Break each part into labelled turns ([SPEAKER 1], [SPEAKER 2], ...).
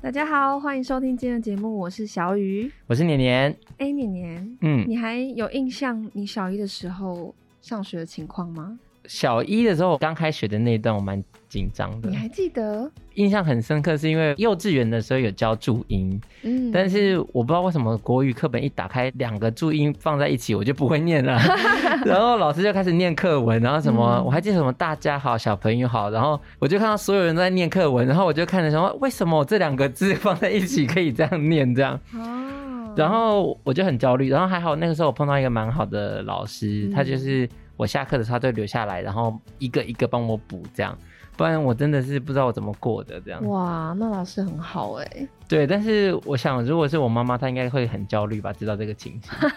[SPEAKER 1] 大家好，欢迎收听今天的节目，我是小雨。
[SPEAKER 2] 我是年年，
[SPEAKER 1] 哎，年年，
[SPEAKER 2] 嗯，
[SPEAKER 1] 你还有印象你小一的时候上学的情况吗？
[SPEAKER 2] 小一的时候刚开学的那一段我蛮紧张的
[SPEAKER 1] 你，还记得？
[SPEAKER 2] 印象很深刻，是因为幼稚园的时候有教注音，
[SPEAKER 1] 嗯，
[SPEAKER 2] 但是我不知道为什么国语课本一打开，两个注音放在一起，我就不会念 了。然后老师就开始念课文，然后什么，
[SPEAKER 1] 嗯
[SPEAKER 2] 我还记得什么大家好，小朋友好，然后我就看到所有人都在念课文，然后我就看着什么，为什么我这两个字 放在一起可以这样念这样？
[SPEAKER 1] 哦，
[SPEAKER 2] 然后我就很焦虑，然后还好那个时候我碰到一个蛮好的老师，
[SPEAKER 1] 嗯
[SPEAKER 2] 他就是我下课的时候他就留下来，然后一个一个帮我补这样，不然我真的是不知道我怎么过的这样。
[SPEAKER 1] 哇，那老师很好哎、
[SPEAKER 2] 对，但是我想，如果是我妈妈，她应该会很焦虑吧，知道这个情形。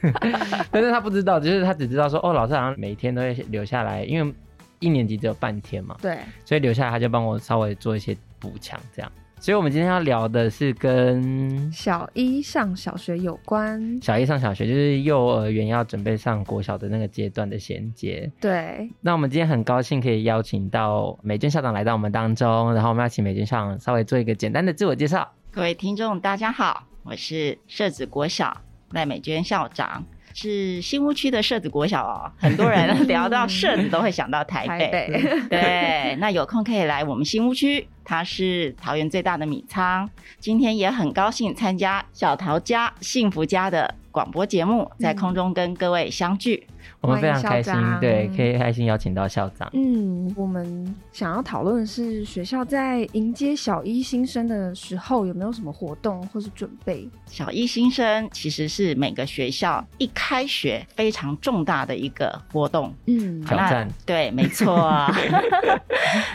[SPEAKER 2] 但是她不知道，就是她只知道说，哦，老师好像每天都会留下来，因为一年级只有半天嘛，
[SPEAKER 1] 对，
[SPEAKER 2] 所以留下来她就帮我稍微做一些补强，这样。所以我们今天要聊的是跟
[SPEAKER 1] 小一上小学有关，
[SPEAKER 2] 小一上小学，就是幼儿园要准备上国小的那个阶段的衔接。
[SPEAKER 1] 对，
[SPEAKER 2] 那我们今天很高兴可以邀请到美娟校长来到我们当中，然后我们要请美娟校长稍微做一个简单的自我介绍。
[SPEAKER 3] 各位听众，大家好，我是社子国小赖美娟校长，是新屋区的社子国小哦。很多 人聊到社子都会想到台北，
[SPEAKER 1] 台北，
[SPEAKER 3] 对，那有空可以来我们新屋区，它是桃园最大的米仓。今天也很高兴参加小桃家幸福家的广播节目，在空中跟各位相聚。
[SPEAKER 2] 我们非常开心
[SPEAKER 1] 欢迎校，长
[SPEAKER 2] 对，可以开心邀请到校长。
[SPEAKER 1] 嗯，我们想要讨论的是学校在迎接小一新生的时候有没有什么活动或是准备？
[SPEAKER 3] 小一新生其实是每个学校一开学非常重大的一个活动，
[SPEAKER 1] 嗯
[SPEAKER 2] 挑战
[SPEAKER 3] 那对，没 错，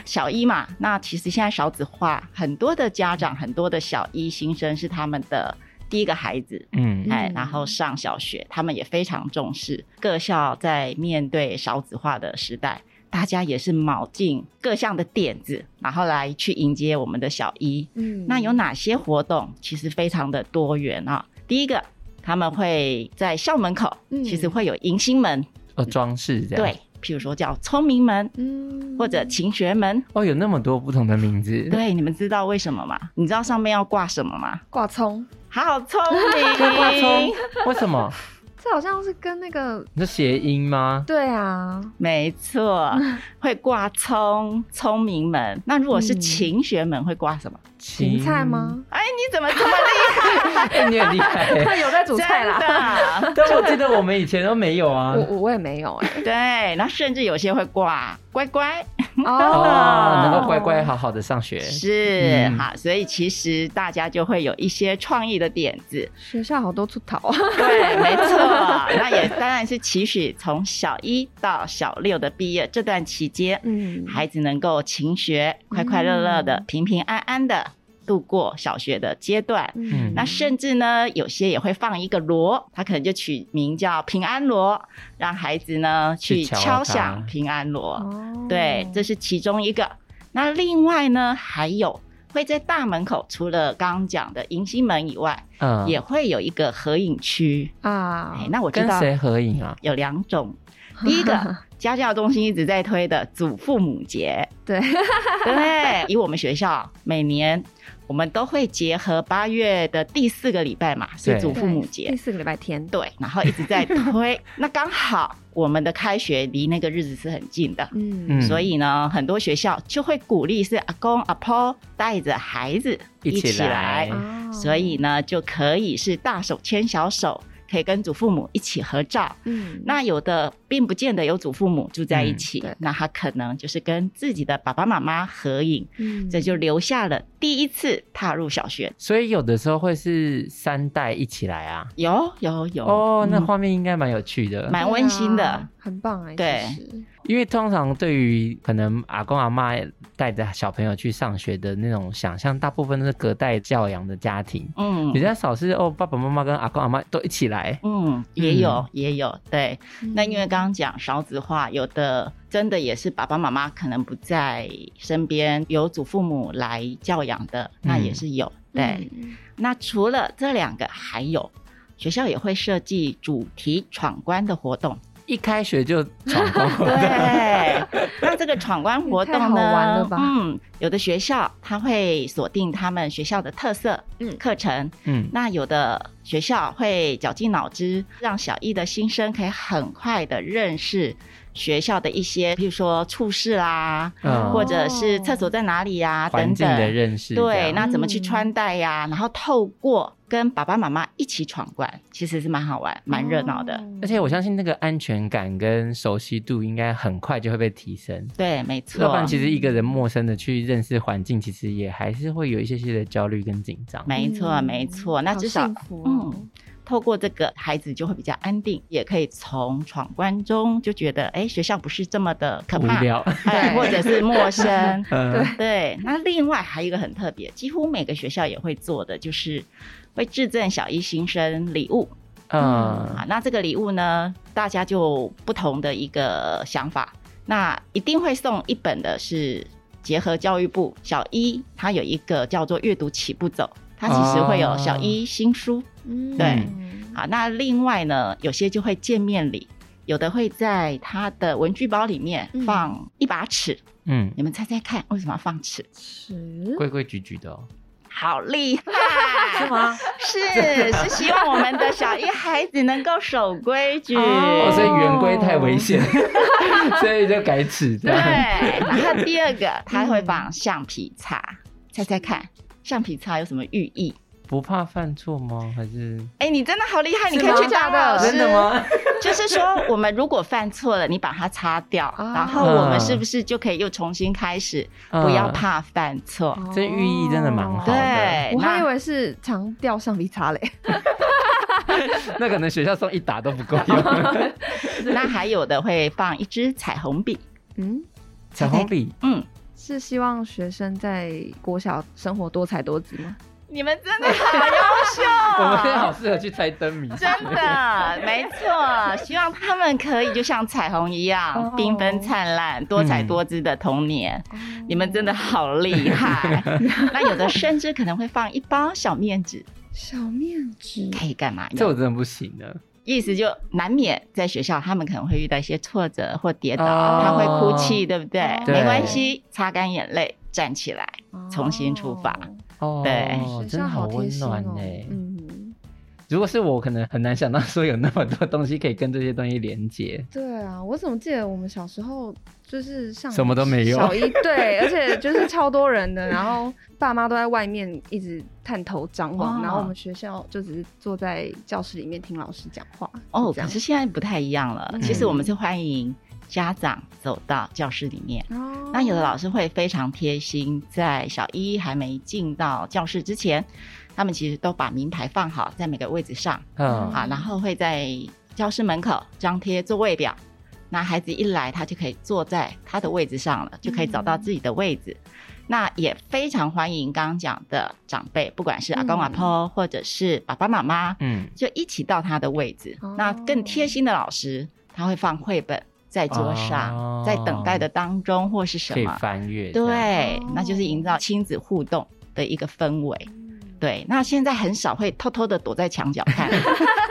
[SPEAKER 3] 小一嘛。那其实现在少子化，很多的家长，很多的小一新生是他们的第一个孩子。
[SPEAKER 2] 嗯，
[SPEAKER 3] 哎
[SPEAKER 1] 嗯，
[SPEAKER 3] 然后上小学，他们也非常重视。各校在面对少子化的时代，大家也是卯尽各项的点子，然后来去迎接我们的小一。
[SPEAKER 1] 嗯
[SPEAKER 3] 那有？哪些活动？其实非常的多元啊。第一个，他们会在校门口，
[SPEAKER 1] 嗯
[SPEAKER 3] 其实会有迎新门，
[SPEAKER 2] 哦，装饰这样。
[SPEAKER 3] 对，，譬如说叫聪明门
[SPEAKER 1] 嗯
[SPEAKER 3] 或者勤学门。
[SPEAKER 2] 哦，有那么多不同的名字。，
[SPEAKER 3] 对，你们知道为什么吗？你知道上面要挂什么吗？
[SPEAKER 1] 挂葱，
[SPEAKER 3] 好聪明，
[SPEAKER 2] 挂钟，为什么？
[SPEAKER 1] 这好像是跟那个
[SPEAKER 2] 你是谐音吗？
[SPEAKER 1] 对啊，
[SPEAKER 3] 没错，会挂聪聪明门。那如果是
[SPEAKER 1] 嗯
[SPEAKER 3] 勤学门，会挂什么？
[SPEAKER 2] 嗯
[SPEAKER 1] 芹菜 吗？
[SPEAKER 3] 哎，你怎么这么厉
[SPEAKER 2] 芹？哎，你很厉害。
[SPEAKER 1] 有在煮
[SPEAKER 3] 害？真。的
[SPEAKER 2] 但我记得我们以前都没有啊
[SPEAKER 1] 我。我我也没有 哎、。
[SPEAKER 3] 对，那甚至有些会挂乖乖，
[SPEAKER 2] 哦，能
[SPEAKER 3] 能
[SPEAKER 2] 够乖乖好好的上学。
[SPEAKER 3] 是
[SPEAKER 2] 嗯
[SPEAKER 3] 好，所以其实大家就会有一些创意的点子
[SPEAKER 1] 学校好多出逃，
[SPEAKER 3] 对， 没错。那也当然是期许从小一到小六的毕业这段期间，
[SPEAKER 1] 嗯，
[SPEAKER 3] 孩子能够勤学，快快乐乐的、
[SPEAKER 1] 嗯
[SPEAKER 3] 平平安安的度过小学的阶段。
[SPEAKER 2] 嗯
[SPEAKER 3] 那甚至呢，有些也会放一个锣，它可能就取名叫平安锣，让孩子呢
[SPEAKER 2] 去
[SPEAKER 3] 去
[SPEAKER 2] 敲它
[SPEAKER 3] 敲响平安锣。
[SPEAKER 1] 哦
[SPEAKER 3] 对，这是其中一个。那另外呢，还有会在大门口，除了刚刚讲的迎新门以外，
[SPEAKER 2] 嗯，
[SPEAKER 3] 也会有一个合影区。
[SPEAKER 1] 啊
[SPEAKER 3] 哎、，那我知
[SPEAKER 2] 跟
[SPEAKER 3] 道
[SPEAKER 2] 谁合影啊？
[SPEAKER 3] 有两 种，第一个家教中心一直在推的祖父母节，
[SPEAKER 1] 对，
[SPEAKER 3] 对，以我们学校每年。我们都会结合八月的第四个礼拜嘛，是
[SPEAKER 2] 对
[SPEAKER 3] 祖父母节
[SPEAKER 1] 第，四个礼拜天，
[SPEAKER 3] 对，然后一直 在推。那刚好我们的开学离那个日子是很近的，
[SPEAKER 1] 嗯
[SPEAKER 2] 嗯
[SPEAKER 3] 所以呢，很多学校就会鼓励是阿公阿婆带着孩子
[SPEAKER 2] 一起来
[SPEAKER 1] 哦
[SPEAKER 3] 嗯所以呢，就可以是大手牵小手，可以跟祖父母一起合照。
[SPEAKER 1] 嗯，
[SPEAKER 3] 那有的并不见得有祖父母住在一起，
[SPEAKER 1] 嗯对
[SPEAKER 3] 那他可能就是跟自己的爸爸妈妈合影，
[SPEAKER 1] 嗯
[SPEAKER 3] 这就留下了第一次踏入小学。
[SPEAKER 2] 所以有的时候会是三代一起来啊。
[SPEAKER 3] 有有有
[SPEAKER 2] 哦，那
[SPEAKER 3] 嗯
[SPEAKER 2] 画面应该蛮有趣的。
[SPEAKER 3] 蛮温馨的，
[SPEAKER 1] 对啊很棒哎、
[SPEAKER 3] 对
[SPEAKER 1] 其实
[SPEAKER 2] 因为通常对于可能阿公阿妈带着小朋友去上学的那种想象，大部分都是隔代教养的家庭，
[SPEAKER 3] 嗯
[SPEAKER 2] 比较少是哦爸爸妈妈跟阿公阿妈都一起 来。
[SPEAKER 3] 嗯，也
[SPEAKER 2] 嗯
[SPEAKER 3] 有、也有，对。那因为
[SPEAKER 1] 嗯
[SPEAKER 3] 刚刚讲少子化，有的真的也是爸爸妈妈可能不在身边，由祖父母来教养的，那也是有。对，
[SPEAKER 1] 嗯
[SPEAKER 3] 那除了这两个，还有学校也会设计主题闯关的活动。
[SPEAKER 2] 一开学就闯
[SPEAKER 3] 对
[SPEAKER 2] 关，，
[SPEAKER 3] 那这个闯关活动
[SPEAKER 1] 也太
[SPEAKER 3] 呢？
[SPEAKER 1] 好玩了吧
[SPEAKER 3] 嗯，有的学校它会锁定他们学校的特色
[SPEAKER 1] 嗯
[SPEAKER 3] 课程，
[SPEAKER 2] 嗯，
[SPEAKER 3] 那有的学校会绞尽脑汁，让小一的新生可以很快的认识学校的一些，比如说处室啦，
[SPEAKER 1] 哦
[SPEAKER 2] 嗯
[SPEAKER 3] 或者是厕所在哪里呀、等
[SPEAKER 2] 环境的
[SPEAKER 3] 等。
[SPEAKER 2] 认识这
[SPEAKER 3] 对，
[SPEAKER 2] 样，
[SPEAKER 3] 那怎么去穿戴呀、然后透过跟爸爸妈妈一起闯关，其实是蛮好玩、蛮热闹的。
[SPEAKER 1] 哦
[SPEAKER 2] 而且我相信那个安全感跟熟悉度应该很快就会被提升。
[SPEAKER 3] 对，没
[SPEAKER 2] 要不
[SPEAKER 3] 错
[SPEAKER 2] 然，，其实一个人陌生的去认识环境，其实也还是会有一些些的焦虑跟紧张。
[SPEAKER 3] 没错，啊
[SPEAKER 1] 嗯
[SPEAKER 3] 没错。那
[SPEAKER 1] 好
[SPEAKER 3] 至少
[SPEAKER 1] 幸福哦
[SPEAKER 3] 嗯透过这个，孩子就会比较安定，也可以从闯关中就觉得，哎，学校不是这么的可
[SPEAKER 2] 无
[SPEAKER 3] 怕，
[SPEAKER 2] 聊，。
[SPEAKER 3] 哎，
[SPEAKER 1] 对
[SPEAKER 3] 或者是陌生
[SPEAKER 2] 嗯，
[SPEAKER 3] 对，那另外还有一个很特别，几乎每个学校也会做的，就是会致赠小一新生礼物
[SPEAKER 2] 嗯
[SPEAKER 3] 啊。那这个礼物呢，大家就不同的一个想法。那一定会送一本的是结合教育部小一，它有一个叫做阅读起步走，它其实会有小一新书。
[SPEAKER 1] 嗯
[SPEAKER 3] 对好，那另外呢，有些就会见面礼，有的会在它的文具包里面
[SPEAKER 1] 嗯
[SPEAKER 3] 放一把尺。
[SPEAKER 2] 嗯，
[SPEAKER 3] 你们猜猜看，为什么要放尺？
[SPEAKER 1] 是
[SPEAKER 2] 规规矩矩的哦，
[SPEAKER 3] 好厉害！ 是
[SPEAKER 1] 哦
[SPEAKER 3] 吗？是是，希望我们的小一孩子能够守规矩。
[SPEAKER 2] 哦，
[SPEAKER 1] 哦
[SPEAKER 2] 所以圆规太危险， 所以就改 尺这
[SPEAKER 3] 哦对，
[SPEAKER 2] 样。
[SPEAKER 3] 然后第二个他
[SPEAKER 2] 嗯
[SPEAKER 3] 会放橡皮擦，猜猜看，橡皮擦有什么寓意？
[SPEAKER 2] 不怕犯错吗？还是
[SPEAKER 3] 哎，你真的好厉害，你
[SPEAKER 1] 是
[SPEAKER 3] 可
[SPEAKER 1] 吗
[SPEAKER 3] 以去当老师。
[SPEAKER 2] 真的？吗？
[SPEAKER 3] 就是说，我们如果犯错了，你把它擦掉，
[SPEAKER 2] 哦
[SPEAKER 1] 啊
[SPEAKER 3] 然后我们是不是就可以又重新开始？不要
[SPEAKER 2] 嗯，
[SPEAKER 3] 怕犯错。
[SPEAKER 2] 这寓意真的蛮好的
[SPEAKER 3] 对，
[SPEAKER 1] 我还以
[SPEAKER 3] 那
[SPEAKER 1] 为是常掉橡皮擦嘞，
[SPEAKER 2] 那可能学校送一打都不够 用。
[SPEAKER 3] 那还有的会放一支彩虹笔，
[SPEAKER 1] 嗯，
[SPEAKER 2] 彩虹笔，
[SPEAKER 3] 嗯，
[SPEAKER 1] 是希望学生在国小生活多才多姿吗？
[SPEAKER 3] 你们真的好优秀，
[SPEAKER 2] 我们现在好适合去猜灯谜。
[SPEAKER 3] 真 的没错。希望他们可以就像彩虹一样
[SPEAKER 1] 哦
[SPEAKER 3] 缤纷灿烂、多彩多姿的童年。 你们真的
[SPEAKER 1] 哦
[SPEAKER 3] 好厉 害！那有的甚至可能会放一包小面纸，
[SPEAKER 1] 小面纸
[SPEAKER 3] 可以干嘛
[SPEAKER 2] 这
[SPEAKER 3] 用？
[SPEAKER 2] 我真的不行啊了。
[SPEAKER 3] 意思就难免在学校，他们可能会遇到一些挫折或跌倒，
[SPEAKER 2] 哦
[SPEAKER 3] 他会哭泣，对不对？
[SPEAKER 1] 对
[SPEAKER 3] 没关系，擦干眼泪，站起来。重新出发
[SPEAKER 2] 哦，
[SPEAKER 3] 对
[SPEAKER 2] 真的好温暖
[SPEAKER 1] 呢。
[SPEAKER 2] 哎。
[SPEAKER 1] 嗯，
[SPEAKER 2] 如果是我，可能很难想到说有那么多东西可以跟这些东西连接。
[SPEAKER 1] 对啊，我怎么记得我们小时候就是上
[SPEAKER 2] 什么都没有
[SPEAKER 1] 小 一对，而且就是超多人的，然后爸妈都在外面一直探头张望，
[SPEAKER 3] 哦
[SPEAKER 1] 然后我们学校就只是坐在教室里面听老师讲话。
[SPEAKER 3] 哦，
[SPEAKER 1] 就这
[SPEAKER 3] 可
[SPEAKER 1] 样
[SPEAKER 3] 是现在不太一样了。
[SPEAKER 1] 嗯
[SPEAKER 3] 其实我们是欢迎家长走到教室里面。
[SPEAKER 1] 哦
[SPEAKER 3] 那有的老师会非常贴心，在小一还没进到教室之前，他们其实都把名牌放好在每个位置上
[SPEAKER 2] 嗯，
[SPEAKER 3] 啊，然后会在教室门口张贴座位表。那孩子一来，他就可以坐在他的位置上了，就可以找
[SPEAKER 2] 嗯
[SPEAKER 3] 到自己的位置。那也非常欢迎刚刚讲的长辈，不管是阿公阿婆或者是爸爸妈妈，
[SPEAKER 2] 嗯，
[SPEAKER 3] 就一起到他的位置。
[SPEAKER 1] 哦
[SPEAKER 3] 那更贴心的老师，他会放绘本在桌上，
[SPEAKER 2] 哦
[SPEAKER 3] 在等待的当中或是什
[SPEAKER 2] 可以
[SPEAKER 3] 么，
[SPEAKER 2] 翻阅。这样，
[SPEAKER 3] 对
[SPEAKER 1] 哦，
[SPEAKER 3] 那就是营造亲子互动的一个氛围。对，那现在很少会偷偷的躲在墙角看，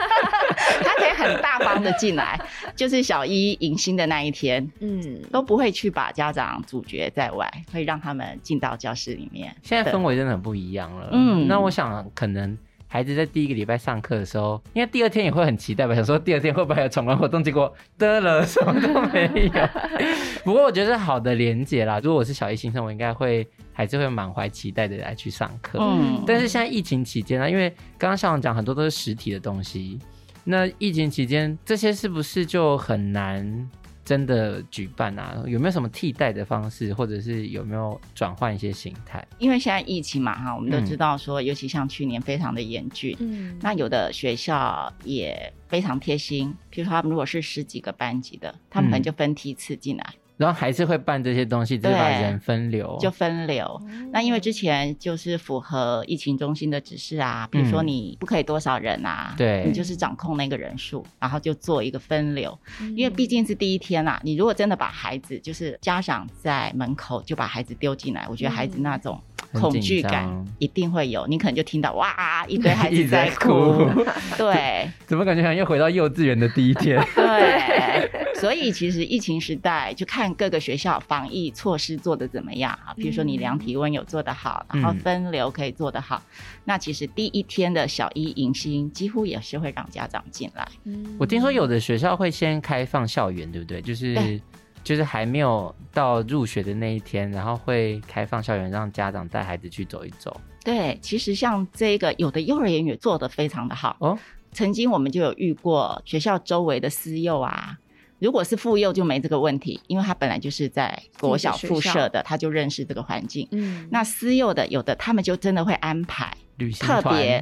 [SPEAKER 3] 他可以很大方的进来，就是小一迎新的那一天。
[SPEAKER 1] 嗯，
[SPEAKER 3] 都不会去把家长阻绝在外，会让他们进到教室里面。
[SPEAKER 2] 现在
[SPEAKER 3] 对
[SPEAKER 2] 氛围真的很不一样了。嗯，
[SPEAKER 3] 嗯
[SPEAKER 2] 那我想可能。孩子在第一个礼拜上课的时候，应该第二天也会很期待吧，想说第二天会不会有闯关活动，结果得了什么都没有。不过我觉得是好的连结啦，如果我是小一新生，我应该会还是会满怀期待的来去上课。
[SPEAKER 3] 嗯，
[SPEAKER 2] 但是现在疫情期间呢，因为刚刚校长讲很多都是实体的东西，那疫情期间这些是不是就很难真的举办啊？有没有什么替代的方式，或者是有没有转换一些形态？
[SPEAKER 3] 因为现在疫情嘛，哈，我们都
[SPEAKER 2] 嗯
[SPEAKER 3] 知道说，尤其像去年非常的严峻，
[SPEAKER 1] 嗯，
[SPEAKER 3] 那有的学校也非常贴心，譬如说他们如果是十几个班级的，他们可能
[SPEAKER 2] 嗯
[SPEAKER 3] 就分批次进来，
[SPEAKER 2] 然后还是会办这些东西，只是把
[SPEAKER 3] 对
[SPEAKER 2] 人分流。
[SPEAKER 3] 就分流。那
[SPEAKER 2] 嗯
[SPEAKER 3] 因为之前就是符合疫情中心的指示啊，比如说
[SPEAKER 2] 嗯
[SPEAKER 3] 你不可以多少人啊，
[SPEAKER 2] 对
[SPEAKER 3] 你就是掌控那个人数，然后就做一个分流。
[SPEAKER 1] 嗯
[SPEAKER 3] 因为毕竟是第一天啦、你如果真的把孩子，就是家长在门口就把孩子丢进来，我觉得孩子那种
[SPEAKER 2] 嗯
[SPEAKER 3] 恐惧
[SPEAKER 2] 很紧
[SPEAKER 3] 感
[SPEAKER 2] 张
[SPEAKER 3] 一定会有，你可能就听到哇一堆 孩
[SPEAKER 2] 一
[SPEAKER 3] 子
[SPEAKER 2] 直在
[SPEAKER 3] 哭
[SPEAKER 2] 哭，
[SPEAKER 3] 对
[SPEAKER 2] 怎么感觉好像又回到幼稚园的第一天？
[SPEAKER 3] 对，所以其实疫情时代就看各个学校防疫措施做得怎么样啊，比如说你量体温有做得好，然后
[SPEAKER 2] 嗯
[SPEAKER 3] 分流可以做得好，那其实第一天的小一迎新几乎也是会让家长进来，
[SPEAKER 1] 嗯
[SPEAKER 2] 我听说有的学校会先开放校园，对不对？就是
[SPEAKER 3] 对
[SPEAKER 2] 就是还没有到入学的那一天，然后会开放校园，让家长带孩子去走一走。
[SPEAKER 3] 对，其实像这个有的幼儿园也做得非常的好。
[SPEAKER 2] 哦，
[SPEAKER 3] 曾经我们就有遇过学校周围的私幼啊，如果是妇幼就没这个问题，因为他本来就是在国小附设的，他就认识这个环境。
[SPEAKER 1] 嗯
[SPEAKER 3] 那私幼的有的他们就真的会安排
[SPEAKER 2] 旅行
[SPEAKER 3] 特别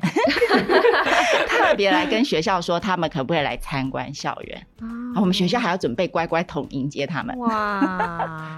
[SPEAKER 2] 团
[SPEAKER 3] 特别来跟学校说，他们可不可以来参观校园？
[SPEAKER 1] 啊
[SPEAKER 3] 我们学校还要准备乖乖桶迎接他们。
[SPEAKER 2] ，
[SPEAKER 1] 哇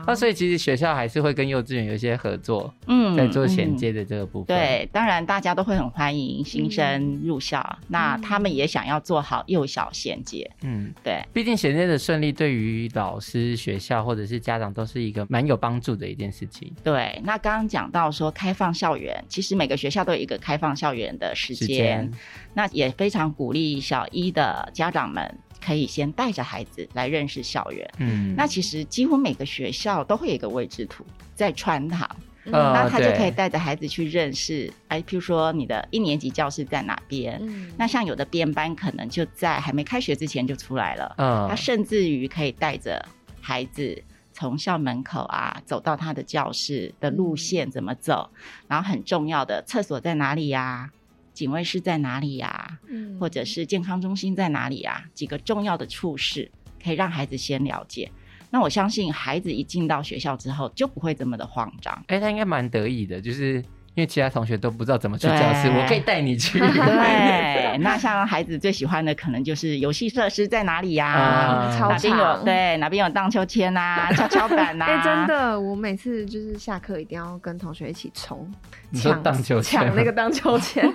[SPEAKER 3] 呃
[SPEAKER 2] 那所以其实学校还是会跟幼稚园有一些合作，
[SPEAKER 3] 嗯
[SPEAKER 2] 在做衔。
[SPEAKER 3] 嗯
[SPEAKER 2] 接的这个部分。，
[SPEAKER 3] 对，当然大家都会很欢迎新生入校，那他们也想要做好幼小衔接。
[SPEAKER 2] 嗯，
[SPEAKER 3] 对，
[SPEAKER 2] 毕竟衔接的顺利，对于老师、学校或者是家长都是一个蛮有帮助的一件事情。
[SPEAKER 3] 对，那刚刚讲到说开放校园，其实每个学校都有一个开放校园的时
[SPEAKER 2] 时
[SPEAKER 3] 间，
[SPEAKER 2] 间，
[SPEAKER 3] 那也非常鼓励小一的家长们可以先带着孩子来认识校园。
[SPEAKER 2] 嗯，
[SPEAKER 3] 那其实几乎每个学校都会有一个位置图在穿堂，
[SPEAKER 1] 嗯
[SPEAKER 2] 呃
[SPEAKER 3] 那他就
[SPEAKER 2] 对
[SPEAKER 3] 可以带着孩子去认识，哎，譬如说你的一年级教室在哪边，
[SPEAKER 1] 嗯
[SPEAKER 3] 那像有的编班可能就在还没开学之前就出来了，
[SPEAKER 2] 嗯。
[SPEAKER 3] 他，甚至于可以带着孩子从校门口啊走到他的教室的路
[SPEAKER 1] 嗯
[SPEAKER 3] 线怎么走，然后很重要的厕所在哪里呀、警卫室在哪里呀、
[SPEAKER 1] 嗯
[SPEAKER 3] 或者是健康中心在哪里呀、几个重要的处室可以让孩子先了解。那我相信孩子一进到学校之后就不会这么的慌张
[SPEAKER 2] 哎、他应该蛮得意的，就是。因为其他同学都不知道怎么去教室，
[SPEAKER 3] 对
[SPEAKER 2] 我可以带你 去。
[SPEAKER 3] 对，那像孩子最喜欢的可能就是游戏设施在哪里呀、
[SPEAKER 2] 啊
[SPEAKER 1] 嗯
[SPEAKER 3] 哪
[SPEAKER 1] 操
[SPEAKER 3] 边有
[SPEAKER 1] 场，
[SPEAKER 3] 对哪边有荡秋 千啊、跷跷板啊，
[SPEAKER 1] 哎、真的，我每次就是下课一定要跟同学一起冲，
[SPEAKER 2] 你说
[SPEAKER 1] 抢
[SPEAKER 2] 荡秋千吗
[SPEAKER 1] 抢那个荡秋 千。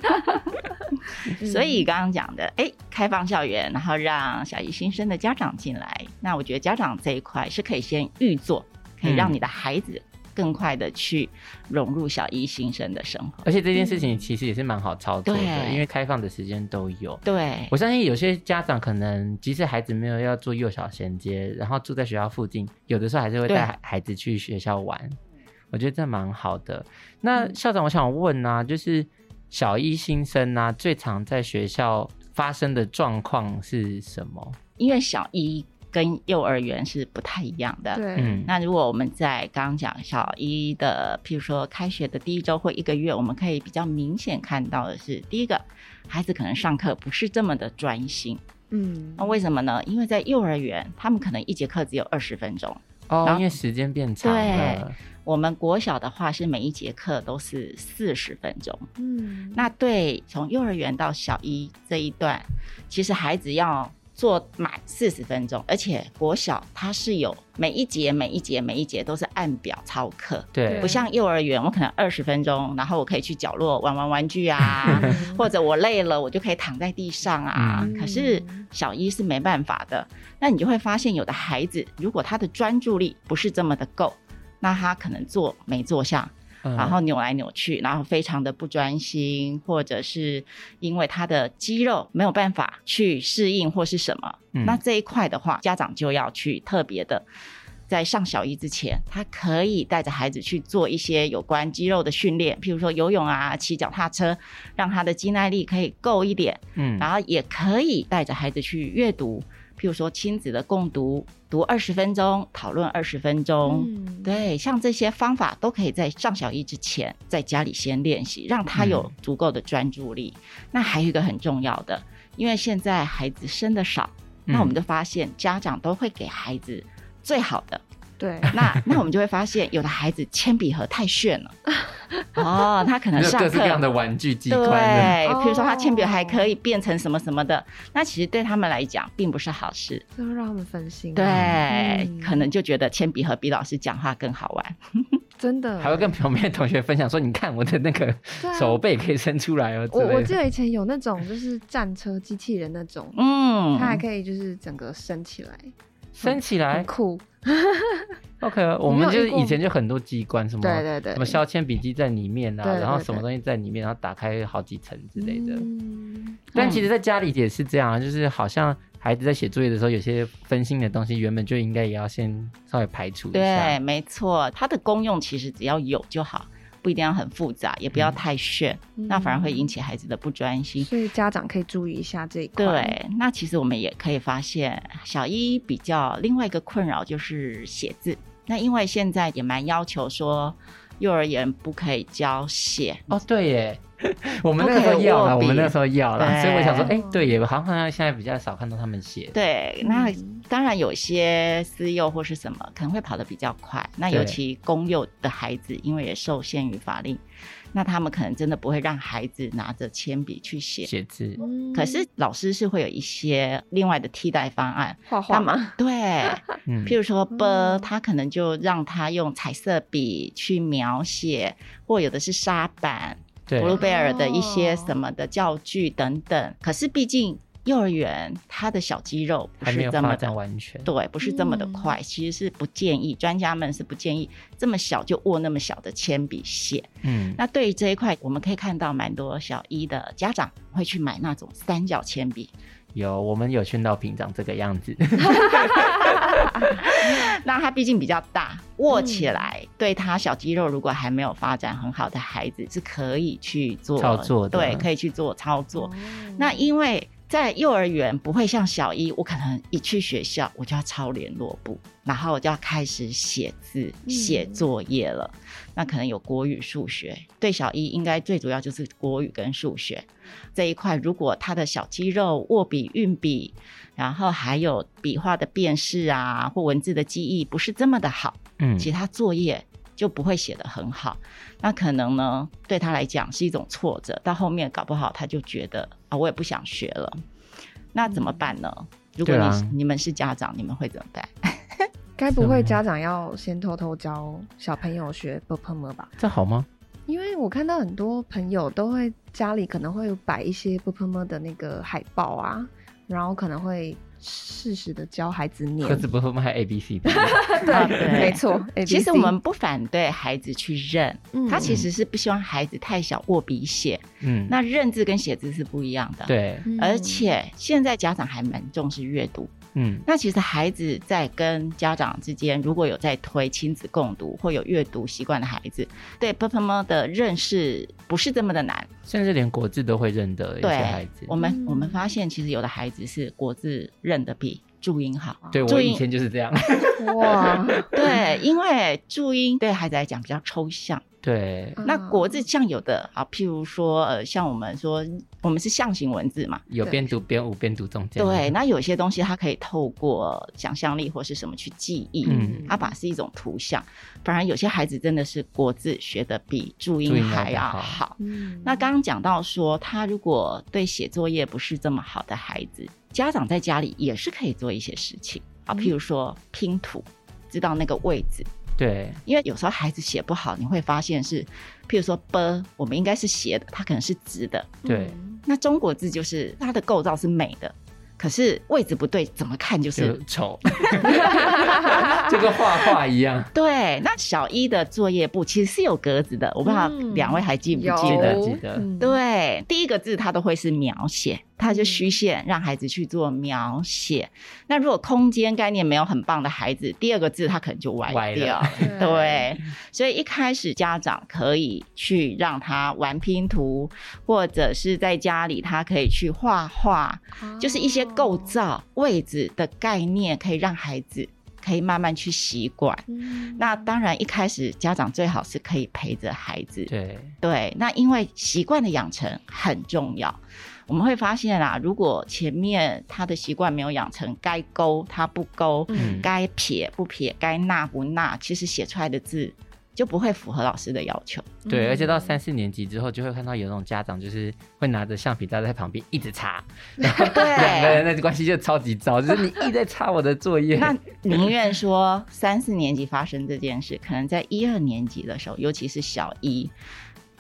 [SPEAKER 1] 嗯
[SPEAKER 3] 所以刚刚讲的，哎，开放校园，然后让小一新生的家长进来，那我觉得家长这一块是可以先预做，可以
[SPEAKER 1] 嗯
[SPEAKER 3] 让你的孩子更快的去融入小一新生的生活。
[SPEAKER 2] 而且这件事情其实也是蛮好操作的，
[SPEAKER 3] 对
[SPEAKER 2] 因为开放的时间都有。
[SPEAKER 3] 对
[SPEAKER 2] 我相信有些家长可能，即使孩子没有要做幼小衔接，然后住在学校附近，有的时候还是会
[SPEAKER 3] 对
[SPEAKER 2] 带孩孩子去学校玩。我觉得这蛮好的。那
[SPEAKER 3] 嗯
[SPEAKER 2] 校长，我想问啊，就是小一新生啊，最常在学校发生的状况是什么？
[SPEAKER 3] 因为小一跟幼儿园是不太一样的。
[SPEAKER 1] 对，
[SPEAKER 2] 嗯，
[SPEAKER 3] 那如果我们在刚刚讲小一的，譬如说开学的第一周或一个月，我们可以比较明显看到的是，第一个，孩子可能上课不是这么的专心。
[SPEAKER 1] 嗯
[SPEAKER 3] 那为什么呢？因为在幼儿园，他们可能一节课只有二十分钟。
[SPEAKER 2] 哦
[SPEAKER 3] 然，后
[SPEAKER 2] 因为时间变长了，
[SPEAKER 3] 我们国小的话是每一节课都是四十分钟。
[SPEAKER 1] 嗯，
[SPEAKER 3] 那对从幼儿园到小一这一段，其实孩子要做满四十分钟，而且国小它是有每一节、每一节、每一节都是按表操课。
[SPEAKER 2] 对
[SPEAKER 3] 不像幼儿园，我可能二十分钟，然后我可以去角落玩玩玩具啊，或者我累了，我就可以躺在地上啊。
[SPEAKER 1] 嗯
[SPEAKER 3] 可是小一是没办法的，那你就会发现，有的孩子如果他的专注力不是这么的够，那他可能坐没坐下，
[SPEAKER 2] 嗯
[SPEAKER 3] 然后扭来扭去，然后非常的不专心，或者是因为他的肌肉没有办法去适应或是什么，
[SPEAKER 2] 嗯
[SPEAKER 3] 那这一块的话，家长就要去特别的。在上小一之前，他可以带着孩子去做一些有关肌肉的训练，譬如说游泳啊、骑脚踏车，让他的肌耐力可以够一点，
[SPEAKER 2] 嗯
[SPEAKER 3] 然后也可以带着孩子去阅读，譬如说亲子的共读，读二十分钟，讨论二十分钟，
[SPEAKER 1] 嗯，
[SPEAKER 3] 哦对，像这些方法都可以在上小一之前，在家里先练习，让他有
[SPEAKER 2] 嗯
[SPEAKER 3] 足够的专注力。那还有一个很重要
[SPEAKER 2] 嗯
[SPEAKER 3] 的，因为现在孩子生的少，那我们就发现家长都会给孩子最好的。
[SPEAKER 1] 对，
[SPEAKER 3] 那那我们就会发现，有的孩子铅笔盒太炫了，哦，他可 能
[SPEAKER 2] 有
[SPEAKER 3] 上
[SPEAKER 2] 各式各样
[SPEAKER 3] 课
[SPEAKER 2] 的玩具机
[SPEAKER 3] 对，
[SPEAKER 2] 关的，
[SPEAKER 3] 比如说他铅笔
[SPEAKER 1] 哦
[SPEAKER 3] 还可以变成什么什么的，那其实对他们来讲并不是好事。
[SPEAKER 1] 这会让他们分心。啊
[SPEAKER 3] 对，
[SPEAKER 1] 嗯
[SPEAKER 3] 可能就觉得铅笔盒比老师讲话更好玩。
[SPEAKER 1] 真的
[SPEAKER 2] 还会跟旁边的同学分享说：“你看我的那个
[SPEAKER 1] 对啊
[SPEAKER 2] 手背可以伸出来哦。”之
[SPEAKER 1] 我我
[SPEAKER 2] 类
[SPEAKER 1] 记
[SPEAKER 2] 的。
[SPEAKER 1] 得以前有那种就是战车机器人那种，
[SPEAKER 3] 嗯，
[SPEAKER 1] 它还可以就是整个升起来，
[SPEAKER 2] 升起
[SPEAKER 1] 很
[SPEAKER 2] 来
[SPEAKER 1] 酷。
[SPEAKER 2] ，OK，我们
[SPEAKER 1] 你有
[SPEAKER 2] 就
[SPEAKER 1] 遇
[SPEAKER 2] 是
[SPEAKER 1] 过
[SPEAKER 2] 以前就很多机关，什么
[SPEAKER 1] 对对对，
[SPEAKER 2] 什么削铅笔机在里面啊，
[SPEAKER 1] 对对
[SPEAKER 2] 然后
[SPEAKER 1] 对
[SPEAKER 2] 什么东西在里面，然后打开好几层之类的。
[SPEAKER 1] 嗯
[SPEAKER 2] 但其实，在家里也是这样啊，就是好像孩子在写作业的时候，有些分心的东西，原本就应该也要先稍微排除一
[SPEAKER 3] 对，
[SPEAKER 2] 下。
[SPEAKER 3] 没错，它的功用其实只要有就好，不一定要很复杂，也不要太炫，
[SPEAKER 1] 嗯
[SPEAKER 3] 那反而会引起孩子的不专心。
[SPEAKER 1] 所以家长可以注意一下这一块。，
[SPEAKER 3] 对，那其实我们也可以发现，小一比较另外一个困扰就是写字。那因为现在也蛮要求说，幼儿园不可以教写，
[SPEAKER 2] 哦，对耶， 我们那个时候要了，
[SPEAKER 3] 不可以握
[SPEAKER 2] 我
[SPEAKER 3] 笔
[SPEAKER 2] 们那个时候要了，所以我想说，
[SPEAKER 1] 对
[SPEAKER 2] 哎，对耶，好像现在比较少看到他们写。
[SPEAKER 3] 对，
[SPEAKER 1] 嗯
[SPEAKER 3] 那当然有些私幼或是什么可能会跑得比较快，那
[SPEAKER 2] 对
[SPEAKER 3] 尤其公幼的孩子，因为也受限于法令，那他们可能真的不会让孩子拿着铅笔去写。
[SPEAKER 2] 写字，
[SPEAKER 1] 嗯
[SPEAKER 3] 可是老师是会有一些另外的替代方案，
[SPEAKER 1] 画画
[SPEAKER 3] 他
[SPEAKER 1] 嘛，
[SPEAKER 3] 对，
[SPEAKER 2] 嗯，
[SPEAKER 3] 譬如说
[SPEAKER 1] 嗯
[SPEAKER 3] 啵，他可能就让他用彩色笔去描写，或有的是沙板，
[SPEAKER 2] 对
[SPEAKER 3] 布鲁贝尔的一些
[SPEAKER 1] 哦
[SPEAKER 3] 什么的教具等等。可是毕竟幼儿园他的小肌肉不
[SPEAKER 2] 还没
[SPEAKER 3] 是
[SPEAKER 2] 有
[SPEAKER 3] 这么
[SPEAKER 2] 发展
[SPEAKER 3] 的。
[SPEAKER 2] 完全。
[SPEAKER 3] 对，不是这么的
[SPEAKER 1] 嗯
[SPEAKER 3] 快，其实是不建议，专家们是不建议这么小就握那么小的铅笔写。
[SPEAKER 2] 嗯，
[SPEAKER 3] 那对于这一块，我们可以看到蛮多小一的家长会去买那种三角铅笔，
[SPEAKER 2] 有我们有训到平长这个样子，
[SPEAKER 3] 那它毕竟比较大，握起来、
[SPEAKER 2] 嗯
[SPEAKER 3] 对他小肌肉如果还没有发展很好的孩子是可以去做
[SPEAKER 2] 操作的
[SPEAKER 3] 对，可以去做操作。
[SPEAKER 1] 哦
[SPEAKER 3] 那因为在幼儿园不会像小一，我可能一去学校我就要抄联络簿，然后我就要开始写字、
[SPEAKER 1] 嗯
[SPEAKER 3] 写作业了。那可能有国语、数学，对小一应该最主要就是国语跟数学这一块。如果他的小肌肉、握笔、运笔，然后还有笔画的辨识啊，或文字的记忆不是这么的好，
[SPEAKER 2] 嗯，
[SPEAKER 3] 其他作业就不会写得很好。那可能呢，对他来讲是一种挫折，到后面搞不好他就觉得啊、我也不想学了。那怎么
[SPEAKER 1] 嗯
[SPEAKER 3] 办呢？如果
[SPEAKER 2] 对
[SPEAKER 3] 你、
[SPEAKER 2] 啊
[SPEAKER 3] 是你们是家长，你们会怎么办？
[SPEAKER 1] 该不会家长要先偷偷教小朋友学 b p m 吧？
[SPEAKER 2] 这好吗？
[SPEAKER 1] 因为我看到很多朋友都会家里可能会有摆一些 b p m 的那个海报啊，然后可能会适时的教孩子念
[SPEAKER 2] 可。是不是我们还 A B C 的，
[SPEAKER 3] 啊
[SPEAKER 1] 对，
[SPEAKER 3] 对
[SPEAKER 1] 没错。A, B,
[SPEAKER 3] 其
[SPEAKER 1] C
[SPEAKER 3] 实我们不反对孩子去认，
[SPEAKER 1] 嗯
[SPEAKER 3] 他其实是不希望孩子太小握笔写。
[SPEAKER 2] 嗯，
[SPEAKER 3] 那认字跟写字是不一样的。。
[SPEAKER 2] 对，
[SPEAKER 1] 嗯
[SPEAKER 3] 而且现在家长还蛮重视阅读，
[SPEAKER 2] 嗯，
[SPEAKER 3] 那其实孩子在跟家长之间，如果有在推亲子共读或有阅读习惯的孩子，对 p u p m 的认识不是这么的难。
[SPEAKER 2] 甚至连国字都会认得，有些孩
[SPEAKER 3] 对
[SPEAKER 2] 子，。
[SPEAKER 3] 我们
[SPEAKER 1] 嗯
[SPEAKER 3] 我们发现，其实有的孩子是国字认得比注 音好。
[SPEAKER 2] 对我
[SPEAKER 3] 注音
[SPEAKER 2] 以前就是这 样，
[SPEAKER 1] 哇，
[SPEAKER 3] 对，因为注音对孩子来讲比较抽象。
[SPEAKER 2] 对，
[SPEAKER 1] 嗯
[SPEAKER 3] 那国字像有的啊，譬如说呃，像我们说我们是象形文字嘛，
[SPEAKER 2] 有边读边舞边读中间，
[SPEAKER 3] 对，，那有些东西它可以透过想象力或是什么去记忆，
[SPEAKER 2] 嗯
[SPEAKER 3] 它把是一种图像。反而有些孩子真的是国字学的比注
[SPEAKER 2] 注
[SPEAKER 3] 音
[SPEAKER 2] 音来
[SPEAKER 3] 还
[SPEAKER 2] 得
[SPEAKER 3] 要
[SPEAKER 2] 好
[SPEAKER 3] 好。
[SPEAKER 1] 嗯
[SPEAKER 3] 那刚刚讲到说，他如果对写作业不是这么好的孩子，家长在家里也是可以做一些事情啊，
[SPEAKER 1] 嗯
[SPEAKER 3] 譬如说拼图，知道那个位置。
[SPEAKER 2] 对，
[SPEAKER 3] 因为有时候孩子写不好，你会发现是，譬如说 b，我们应该是斜的，它可能是直的，
[SPEAKER 2] 对
[SPEAKER 1] 嗯
[SPEAKER 3] 那中国字就是它的构造是美的，可是位置不对，怎么看就是
[SPEAKER 2] 就 丑， 就跟画画一样，
[SPEAKER 3] 对。那小一的作业簿其实是有格子的，我不知道
[SPEAKER 1] 嗯
[SPEAKER 3] 两位还记不
[SPEAKER 1] 有
[SPEAKER 3] 记得？
[SPEAKER 2] 记得
[SPEAKER 1] 嗯
[SPEAKER 3] 对，第一个字它都会是描写，它就虚线，让孩子去做描写。那如果空间概念没有很棒的孩子，第二个字他可能就歪
[SPEAKER 2] 歪了
[SPEAKER 3] 掉。对，所以一开始家长可以去让他玩拼图，或者是在家里他可以去画画，
[SPEAKER 1] 哦
[SPEAKER 3] 就是一些构，
[SPEAKER 1] 啊
[SPEAKER 3] 造、位置的概念，可以让孩子可以慢慢去习惯。
[SPEAKER 1] 嗯
[SPEAKER 3] 那当然，一开始家长最好是可以陪着孩子，
[SPEAKER 2] 对，
[SPEAKER 3] 对，那因为习惯的养成很重要。我们会发现啊，如果前面他的习惯没有养成，该勾他不勾，
[SPEAKER 2] 嗯
[SPEAKER 3] 该撇不撇，该捺不捺，其实写出来的字就不会符合老师的 要求。
[SPEAKER 2] 对，而且到
[SPEAKER 1] 嗯
[SPEAKER 2] 三四年级之后，就会看到有那种家长就是会拿着橡皮擦在旁边一直擦，然后
[SPEAKER 3] 对
[SPEAKER 2] 两个人的关系就超级糟，就是你一直在擦我的作业。
[SPEAKER 3] 那宁愿说三四年级发生这件事，可能在一二年级的时候，尤其是小一，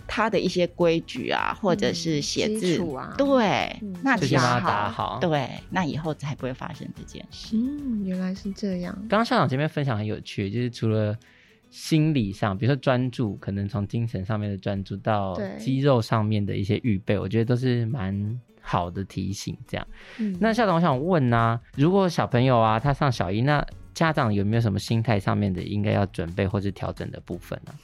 [SPEAKER 3] 他的一些规矩啊，或者是写
[SPEAKER 1] 基
[SPEAKER 3] 字、
[SPEAKER 1] 础啊
[SPEAKER 3] 对，
[SPEAKER 1] 嗯
[SPEAKER 3] 那
[SPEAKER 2] 就
[SPEAKER 3] 其
[SPEAKER 2] 先
[SPEAKER 3] 实
[SPEAKER 2] 把它
[SPEAKER 1] 好
[SPEAKER 2] 打好。
[SPEAKER 3] 对，那以后才不会发生这件事。
[SPEAKER 1] 嗯，原来是这样。
[SPEAKER 2] 刚刚校长前面分享很有趣，就是除了心理上，比如说专注，可能从精神上面的专注到
[SPEAKER 1] 对
[SPEAKER 2] 肌肉上面的一些预备，我觉得都是蛮好的提醒。这样，
[SPEAKER 1] 嗯
[SPEAKER 2] 那校长，我想问啊，如果小朋友啊他上小一，那家长有没有什么心态上面的应该要准备或是调整的部分啊呢、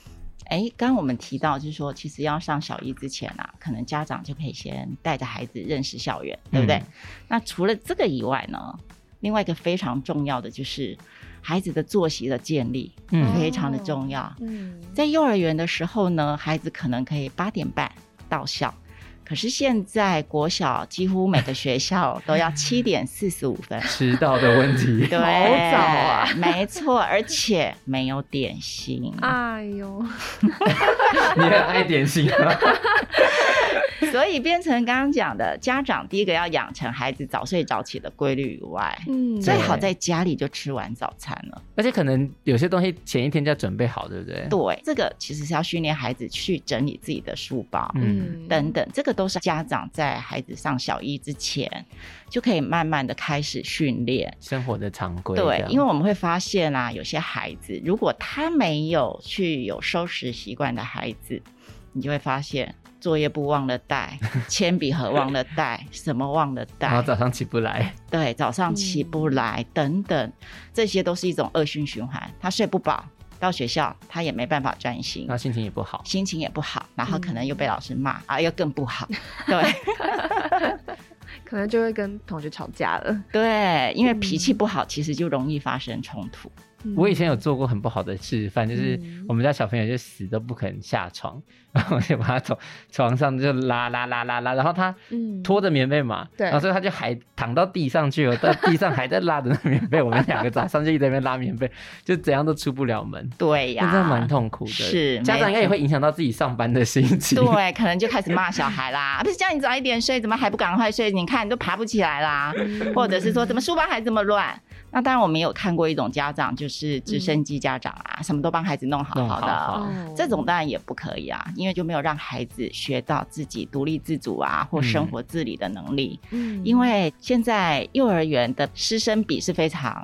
[SPEAKER 3] 哎，刚刚我们提到就是说，其实要上小一之前啊，可能家长就可以先带着孩子认识校园，对不对？
[SPEAKER 2] 嗯
[SPEAKER 3] 那除了这个以外呢，另外一个非常重要的就是孩子的作息的建立，
[SPEAKER 2] 嗯
[SPEAKER 3] 非常的重要。
[SPEAKER 1] 嗯，
[SPEAKER 3] 在幼儿园的时候呢，孩子可能可以八点半到校，可是现在国小几乎每个学校都要七点四十五分。
[SPEAKER 2] 迟到的问题。
[SPEAKER 3] 对，
[SPEAKER 1] 好早 啊
[SPEAKER 3] 没错，而且没有点心，
[SPEAKER 1] 哎呦，
[SPEAKER 2] 你很爱点心啊。
[SPEAKER 3] 所以变成刚刚讲的，家长第一个要养成孩子早睡早起的规律以外，
[SPEAKER 1] 嗯，
[SPEAKER 3] 最好在家里就吃完早餐了。
[SPEAKER 2] 而且可能有些东西前一天就要准备好，对不对？
[SPEAKER 3] 对，这个其实是要训练孩子去整理自己的书包，
[SPEAKER 2] 嗯
[SPEAKER 3] 等等，这个都是家长在孩子上小一之前就可以慢慢的开始训练。
[SPEAKER 2] 生活的常规。这
[SPEAKER 3] 对，
[SPEAKER 2] 样
[SPEAKER 3] 因为我们会发现啦、有些孩子如果他没有去有收拾习惯的孩子，你就会发现作业簿忘了带，铅笔盒忘了带，什么忘了
[SPEAKER 2] 然后
[SPEAKER 3] 带，
[SPEAKER 2] 早上起不来，
[SPEAKER 3] 对，早上起不来、等等，这些都是一种恶性循环。他睡不饱，到学校他也没办法专心，
[SPEAKER 2] 然后心情也不好。
[SPEAKER 3] 心情也不好，然后可能又被老师骂、啊，又更不好。对
[SPEAKER 1] 可能就会跟同学吵架了。
[SPEAKER 3] 对，因为脾气不好，其实就容易发生冲突。
[SPEAKER 1] 嗯
[SPEAKER 2] 我以前有做过很不好的示范，就是
[SPEAKER 1] 嗯
[SPEAKER 2] 我们家小朋友就死都不肯下床， 然后我就把他从床上就拉拉拉拉拉，然后他
[SPEAKER 1] 嗯
[SPEAKER 2] 拖着棉被嘛，
[SPEAKER 1] 对
[SPEAKER 2] 然后所以他就还躺到地上去了，到地上还在拉着那棉被，我们两个早上就一直在那边拉棉被，就怎样都出不了门，
[SPEAKER 3] 对呀、
[SPEAKER 2] 那真的蛮痛苦的。
[SPEAKER 3] 是
[SPEAKER 2] 家长应该也
[SPEAKER 3] 没错
[SPEAKER 2] 会影响到自己上班的心 情。
[SPEAKER 3] 对，可能就开始骂小孩啦，啊不是叫你早一点睡，怎么还不赶快睡？你看你都爬不起来啦，
[SPEAKER 1] 嗯
[SPEAKER 3] 或者是说怎么书包还这么乱？那当然，我们也有看过一种家长，就是直升机家长啊，什么都帮孩子弄好
[SPEAKER 2] 嗯弄
[SPEAKER 3] 好的，
[SPEAKER 2] 好好
[SPEAKER 1] 哦
[SPEAKER 3] 这种当然也不可以啊，因为就没有让孩子学到自己独立自主啊或生活自理的能力。
[SPEAKER 1] 嗯
[SPEAKER 3] 因为现在幼儿园的师生比是非常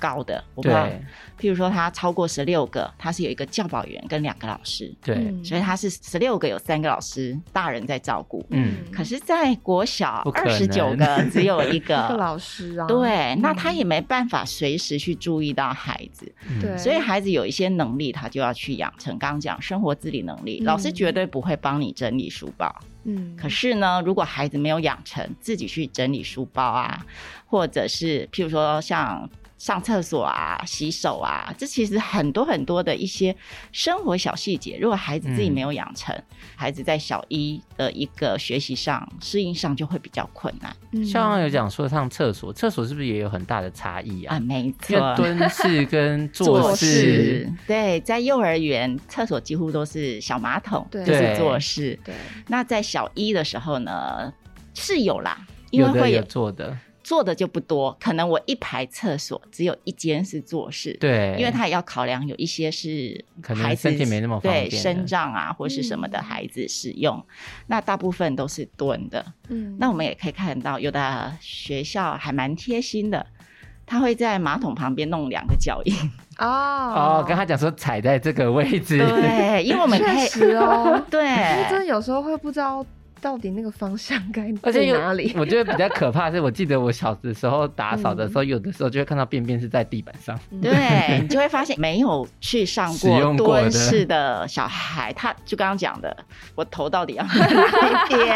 [SPEAKER 3] 高的， 我不知道，
[SPEAKER 2] 对
[SPEAKER 3] 譬如说他超过十六个，他是有一个教保员跟两个老师，
[SPEAKER 2] 对，
[SPEAKER 1] 嗯
[SPEAKER 3] 所以他是十六个有三个老师大人在照顾。
[SPEAKER 2] 嗯
[SPEAKER 3] 可是，在国小
[SPEAKER 2] 不可
[SPEAKER 3] 二
[SPEAKER 2] 能
[SPEAKER 3] 十九个只有 一
[SPEAKER 1] 一个
[SPEAKER 3] 个。
[SPEAKER 1] 老师啊，
[SPEAKER 3] 对，那他也没办法随时去注意到孩子，
[SPEAKER 2] 嗯
[SPEAKER 1] 对
[SPEAKER 3] 所以孩子有一些能力，他就要去养成。刚刚讲生活自理能力，
[SPEAKER 1] 嗯
[SPEAKER 3] 老师绝对不会帮你整理书包，
[SPEAKER 1] 嗯，
[SPEAKER 3] 可是呢，如果孩子没有养成自己去整理书包啊，或者是譬如说像上厕所啊、洗手啊，这其实很多很多的一些生活小细节，如果孩子自己
[SPEAKER 2] 嗯
[SPEAKER 3] 没有养成，孩子在小一的一个学习上、适应上就会比较困难
[SPEAKER 1] 嗯
[SPEAKER 2] 像刚有讲说上厕所，厕所是不是也有很大的差异啊？
[SPEAKER 3] 啊。没
[SPEAKER 2] 因为
[SPEAKER 3] 错，
[SPEAKER 2] 蹲式跟坐式，
[SPEAKER 3] 对，在幼儿园厕所几乎都是小马桶，
[SPEAKER 1] 对
[SPEAKER 3] 就是坐式。
[SPEAKER 1] 对，
[SPEAKER 3] 那在小一的时候呢，是有啦。因为
[SPEAKER 2] 有的
[SPEAKER 3] 会
[SPEAKER 2] 有坐的，
[SPEAKER 3] 做的就不多，可能我一排厕所只有一间是做事。。
[SPEAKER 2] 对，
[SPEAKER 3] 因为他也要考量有一些是
[SPEAKER 2] 可能
[SPEAKER 3] 孩子
[SPEAKER 2] 身体没那么方便
[SPEAKER 3] 对
[SPEAKER 2] 的
[SPEAKER 3] 生长啊或是什么的孩子使用，那大部分都是蹲的。
[SPEAKER 1] 嗯
[SPEAKER 3] 那我们也可以看到，有的学校还蛮贴心的，他会在马桶旁边弄两个脚印。
[SPEAKER 1] 哦
[SPEAKER 2] 哦，跟他讲说踩在这个位置，
[SPEAKER 3] 对，因为我们可
[SPEAKER 1] 确
[SPEAKER 3] 以，
[SPEAKER 1] 实哦因为真
[SPEAKER 3] 对
[SPEAKER 1] 的有时候会不知道到底那个方向该
[SPEAKER 2] 而且
[SPEAKER 1] 在
[SPEAKER 2] 有，
[SPEAKER 1] 哪里
[SPEAKER 2] 我觉得比较可怕的是，我记得我小的时候打扫的时候，有的时候就会看到便便是在地板上，
[SPEAKER 3] 对，你就会发现没有去上
[SPEAKER 2] 使用
[SPEAKER 3] 过
[SPEAKER 2] 过的
[SPEAKER 3] 蹲式的小孩，他就刚刚讲的，我头到底要 放哪一 边，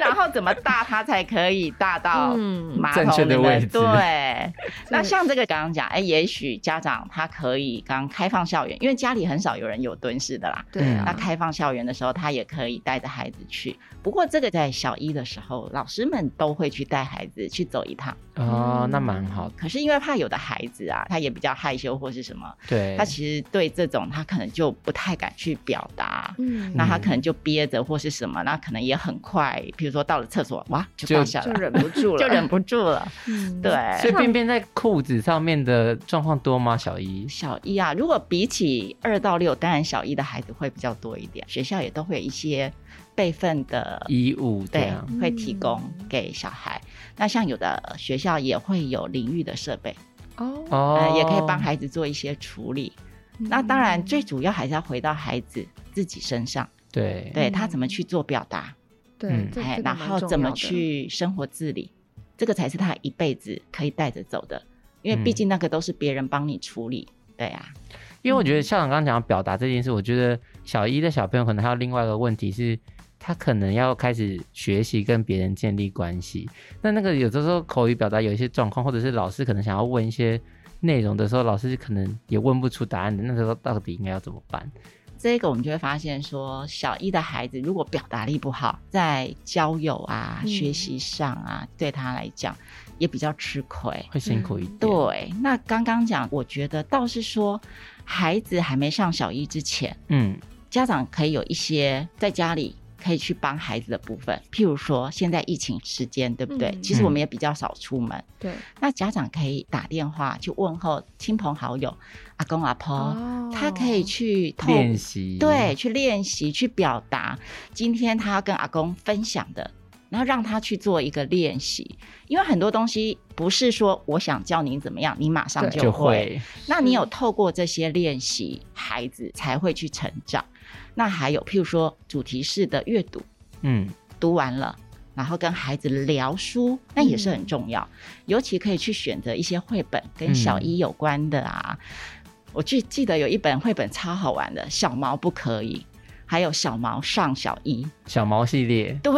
[SPEAKER 3] 然后怎么大他才可以大到
[SPEAKER 1] 嗯
[SPEAKER 3] 马
[SPEAKER 2] 正确
[SPEAKER 3] 桶
[SPEAKER 2] 的
[SPEAKER 3] 里
[SPEAKER 2] 位
[SPEAKER 3] 面
[SPEAKER 2] 置
[SPEAKER 3] 对，
[SPEAKER 1] 真
[SPEAKER 3] 那
[SPEAKER 1] 的
[SPEAKER 3] 像这个刚刚讲，哎，也许家长他可以刚开放校园，因为家里很少有人有蹲式的啦。
[SPEAKER 1] 对
[SPEAKER 2] 嗯
[SPEAKER 1] 啊，
[SPEAKER 3] 那开放校园的时候，他也可以带着孩子去。不过这个在小一的时候，老师们都会去带孩子去走一趟。
[SPEAKER 2] 哦，那蛮好的。
[SPEAKER 3] 可是因为怕有的孩子啊，他也比较害羞或是什么，
[SPEAKER 2] 对，
[SPEAKER 3] 他其实对这种他可能就不太敢去表达。
[SPEAKER 1] 嗯
[SPEAKER 3] 那他可能就憋着或是什么，那可能也很快，比如说到了厕所，哇，就
[SPEAKER 2] 就
[SPEAKER 3] 掉下
[SPEAKER 1] 就
[SPEAKER 3] 来，
[SPEAKER 1] 忍不住了，
[SPEAKER 3] 就忍不住 了。
[SPEAKER 1] 嗯
[SPEAKER 3] 对，，
[SPEAKER 2] 所以便便在裤子上面的状况多吗？小一
[SPEAKER 3] 小一啊，如果比起二到六，当然小一的孩子会比较多一点，学校也都会有一些备份的。
[SPEAKER 2] 衣物这
[SPEAKER 3] 对
[SPEAKER 1] 嗯
[SPEAKER 2] 样，
[SPEAKER 3] 会提供给小孩。那像有的学校也会有淋浴的设备，
[SPEAKER 1] 哦，
[SPEAKER 2] 哦
[SPEAKER 3] 呃，，也可以帮孩子做一些处理。那当然，
[SPEAKER 1] 嗯
[SPEAKER 3] 最主要还是要回到孩子自己身上，
[SPEAKER 2] 对
[SPEAKER 3] 对
[SPEAKER 1] 嗯
[SPEAKER 3] 他怎么去做表达，
[SPEAKER 1] 对
[SPEAKER 2] 嗯，
[SPEAKER 1] 这
[SPEAKER 3] 哎
[SPEAKER 1] 这，个
[SPEAKER 3] 然
[SPEAKER 1] 蛮
[SPEAKER 3] 后
[SPEAKER 1] 重
[SPEAKER 3] 怎么
[SPEAKER 1] 要的
[SPEAKER 3] 去生活自理，这个才是他一辈子可以带着走的，因为毕
[SPEAKER 2] 嗯
[SPEAKER 3] 竟那个都是别人帮你处理。对啊，
[SPEAKER 2] 因为我觉得校长刚刚讲到表达这件事，我觉得小一的小朋友可能还有另外一个问题是，他可能要开始学习跟别人建立关系。那那个有的时候口语表达有一些状况，或者是老师可能想要问一些内容的时候，老师可能也问不出答案的，那时候到底应该要怎么办？
[SPEAKER 3] 这个我们就会发现说，小一的孩子如果表达力不好，在交友啊、
[SPEAKER 1] 嗯
[SPEAKER 3] 学习上啊，对他来讲也比较吃亏。
[SPEAKER 2] 会辛苦一点。
[SPEAKER 3] 对，那刚刚讲，我觉得倒是说，孩子还没上小一之前，
[SPEAKER 2] 嗯，
[SPEAKER 3] 家长可以有一些在家里可以去帮孩子的部分，譬如说现在疫情时间，对不对？
[SPEAKER 1] 嗯
[SPEAKER 3] 其实我们也比较少出门，
[SPEAKER 1] 对
[SPEAKER 3] 那家长可以打电话去问候亲朋好友、阿公阿婆，
[SPEAKER 1] 哦
[SPEAKER 3] 他可以去透
[SPEAKER 2] 嗯练习
[SPEAKER 3] 对，去练习去表达今天他要跟阿公分享的，然后让他去做一个练习，因为很多东西不是说我想教你怎么样，你马上
[SPEAKER 1] 对
[SPEAKER 2] 就
[SPEAKER 3] 就会。
[SPEAKER 2] 会
[SPEAKER 3] 那你有透过这些练习，孩子才会去成长。那还有，譬如说主题式的阅读，
[SPEAKER 2] 嗯
[SPEAKER 3] 读完了。然后跟孩子聊书，那也是很重要，尤其可以去选择一些绘本跟小一有关的啊。我记记得有一本绘本超好玩的，《小毛不可以》，还有《小毛上小一》，
[SPEAKER 2] 小毛系列。
[SPEAKER 3] 对，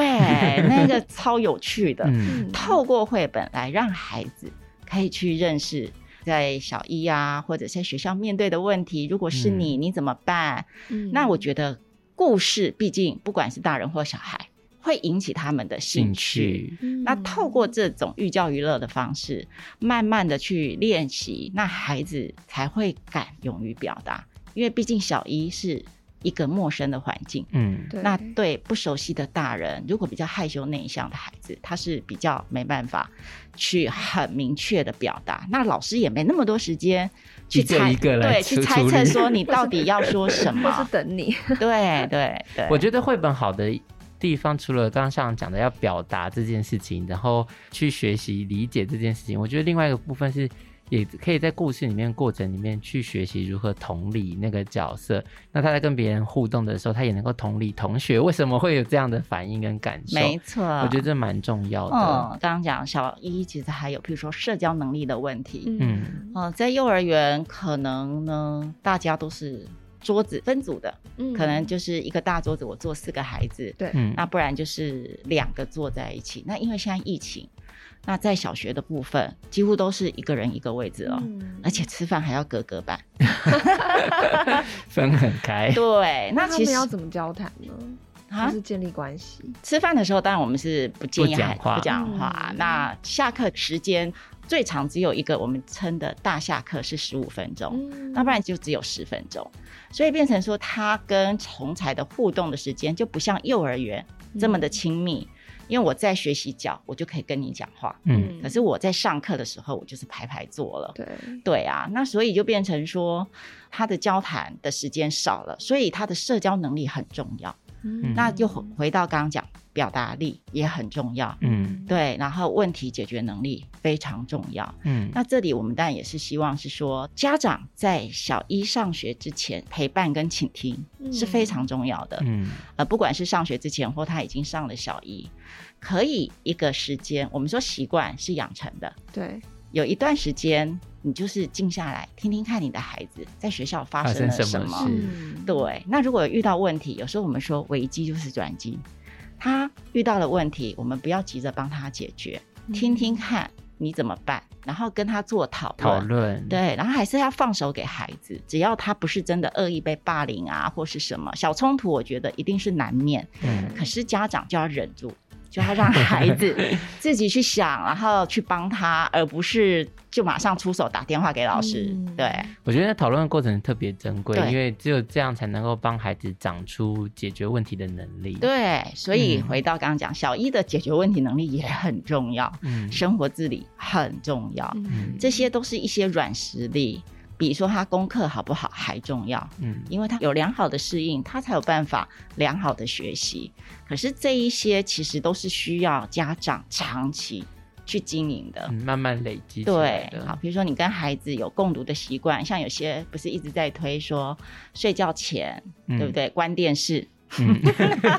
[SPEAKER 3] 那个超有趣的。
[SPEAKER 2] 嗯，
[SPEAKER 3] 透过绘本来让孩子可以去认识在小一啊，或者在学校面对的问题。如果是你，你怎么办？
[SPEAKER 1] 嗯
[SPEAKER 3] 那我觉得故事，毕竟不管是大人或小孩，会引起他们的兴
[SPEAKER 2] 兴
[SPEAKER 3] 趣。
[SPEAKER 2] 趣
[SPEAKER 1] 嗯
[SPEAKER 3] 那透过这种寓教于乐的方式，慢慢的去练习，那孩子才会敢勇于表达，因为毕竟小一是一个陌生的环境。
[SPEAKER 2] 嗯，
[SPEAKER 1] 对
[SPEAKER 3] 那对不熟悉的大人，如果比较害羞内向的孩子，他是比较没办法去很明确的表达。那老师也没那么多时间去
[SPEAKER 2] 一个
[SPEAKER 3] 猜，
[SPEAKER 2] 一个来
[SPEAKER 3] 对，
[SPEAKER 2] 处
[SPEAKER 3] 去猜
[SPEAKER 2] 处
[SPEAKER 3] 测
[SPEAKER 2] 理
[SPEAKER 3] 说你到底要说什
[SPEAKER 1] 或是
[SPEAKER 3] 么。
[SPEAKER 1] 等你，
[SPEAKER 3] 对对对，
[SPEAKER 2] 我觉得绘本好的地方，除了刚刚校长讲的要表达这件事情，然后去学习理解这件事情，我觉得另外一个部分是。也可以在故事里面过程里面去学习如何同理那个角色，那他在跟别人互动的时候，他也能够同理同学为什么会有这样的反应跟感受。嗯
[SPEAKER 3] 没错，
[SPEAKER 2] 我觉得这蛮重要的。
[SPEAKER 3] 嗯，刚刚讲小一其实还有，譬如说社交能力的问题。嗯
[SPEAKER 2] 嗯
[SPEAKER 3] 在幼儿园可能呢，大家都是桌子分组的，
[SPEAKER 1] 嗯
[SPEAKER 3] 可能就是一个大桌子，我坐四个孩子，
[SPEAKER 1] 对
[SPEAKER 2] 嗯，
[SPEAKER 3] 那不然就是两个坐在一起。那因为现在疫情，那在小学的部分几乎都是一个人一个位置哦，
[SPEAKER 1] 嗯
[SPEAKER 3] 而且吃饭还要隔 隔板。
[SPEAKER 2] 分很开。
[SPEAKER 3] 对，那
[SPEAKER 1] 那他
[SPEAKER 3] 其
[SPEAKER 1] 们
[SPEAKER 3] 实
[SPEAKER 1] 要怎么交谈呢？
[SPEAKER 3] 啊
[SPEAKER 1] 就，是建立关系，
[SPEAKER 3] 吃饭的时候当然我们是不建议
[SPEAKER 2] 不讲
[SPEAKER 3] 孩
[SPEAKER 2] 话
[SPEAKER 3] 不讲话。
[SPEAKER 1] 嗯
[SPEAKER 3] 那下课时间最长只有一个我们称的大下课是十五分钟。
[SPEAKER 1] 嗯
[SPEAKER 3] 哦要不然就只有十分钟，所以变成说他跟同才的互动的时间就不像幼儿园这
[SPEAKER 1] 嗯
[SPEAKER 3] 么的亲密。因为我在学习角，我就可以跟你讲话，
[SPEAKER 2] 嗯，
[SPEAKER 3] 可是我在上课的时候，我就是排排坐了。
[SPEAKER 1] 对，
[SPEAKER 2] 嗯
[SPEAKER 3] 对啊，那所以就变成说，他的交谈的时间少了，所以他的社交能力很重要。
[SPEAKER 1] 嗯
[SPEAKER 3] 那又回回到刚刚讲，表达力也很重要。
[SPEAKER 2] 嗯
[SPEAKER 3] 对，然后问题解决能力非常重要。
[SPEAKER 2] 嗯，
[SPEAKER 3] 那这里我们当然也是希望是说，家长在小一上学之前陪伴跟倾听
[SPEAKER 1] 嗯
[SPEAKER 3] 是非常重要的。
[SPEAKER 2] 嗯
[SPEAKER 3] 呃，不管是上学之前或他已经上了小一，可以一个时间，我们说习惯是养成的，
[SPEAKER 1] 对，
[SPEAKER 3] 有一段时间，你就是静下来听听看你的孩子在学校发生了
[SPEAKER 2] 发生
[SPEAKER 3] 什
[SPEAKER 2] 什么
[SPEAKER 3] 么。
[SPEAKER 2] 事
[SPEAKER 1] 嗯，
[SPEAKER 3] 对，那如果遇到问题，有时候我们说危机就是转机，他遇到了问题，我们不要急着帮他解决，
[SPEAKER 1] 嗯
[SPEAKER 3] 听听看你怎么办？然后跟他做讨
[SPEAKER 2] 讨
[SPEAKER 3] 论。
[SPEAKER 2] 论，，
[SPEAKER 3] 对，然后还是要放手给孩子，只要他不是真的恶意被霸凌啊，或是什么小冲突，我觉得一定是难免。
[SPEAKER 2] 嗯，
[SPEAKER 3] 可是家长就要忍住，就要让孩 子自己去想，啊然后去帮他，而不是就马上出手打电话给老师。
[SPEAKER 1] 嗯
[SPEAKER 3] 对，
[SPEAKER 2] 我觉得讨论的过程特别珍贵，
[SPEAKER 3] 对
[SPEAKER 2] 因为只有这样才能够帮孩子长出解决问题的能力。，
[SPEAKER 3] 对，所以
[SPEAKER 2] 嗯
[SPEAKER 3] 回到刚刚讲，小一的解决问题能力也很重要，
[SPEAKER 2] 嗯，
[SPEAKER 3] 生活自理很重要，
[SPEAKER 2] 嗯
[SPEAKER 3] 这些都是一些软实力，比说他功课好不好还重要。
[SPEAKER 2] 嗯，
[SPEAKER 3] 因为他有良好的适应，他才有办法良好的学习。可是这一些其实都是需要家长长期去经营的。
[SPEAKER 2] 嗯慢慢累积起来
[SPEAKER 3] 对，好，
[SPEAKER 2] 的。
[SPEAKER 3] 比如说你跟孩子有共读的习惯，像有些不是一直在推说睡觉前，
[SPEAKER 2] 嗯
[SPEAKER 3] 对不对？关电视，
[SPEAKER 2] 嗯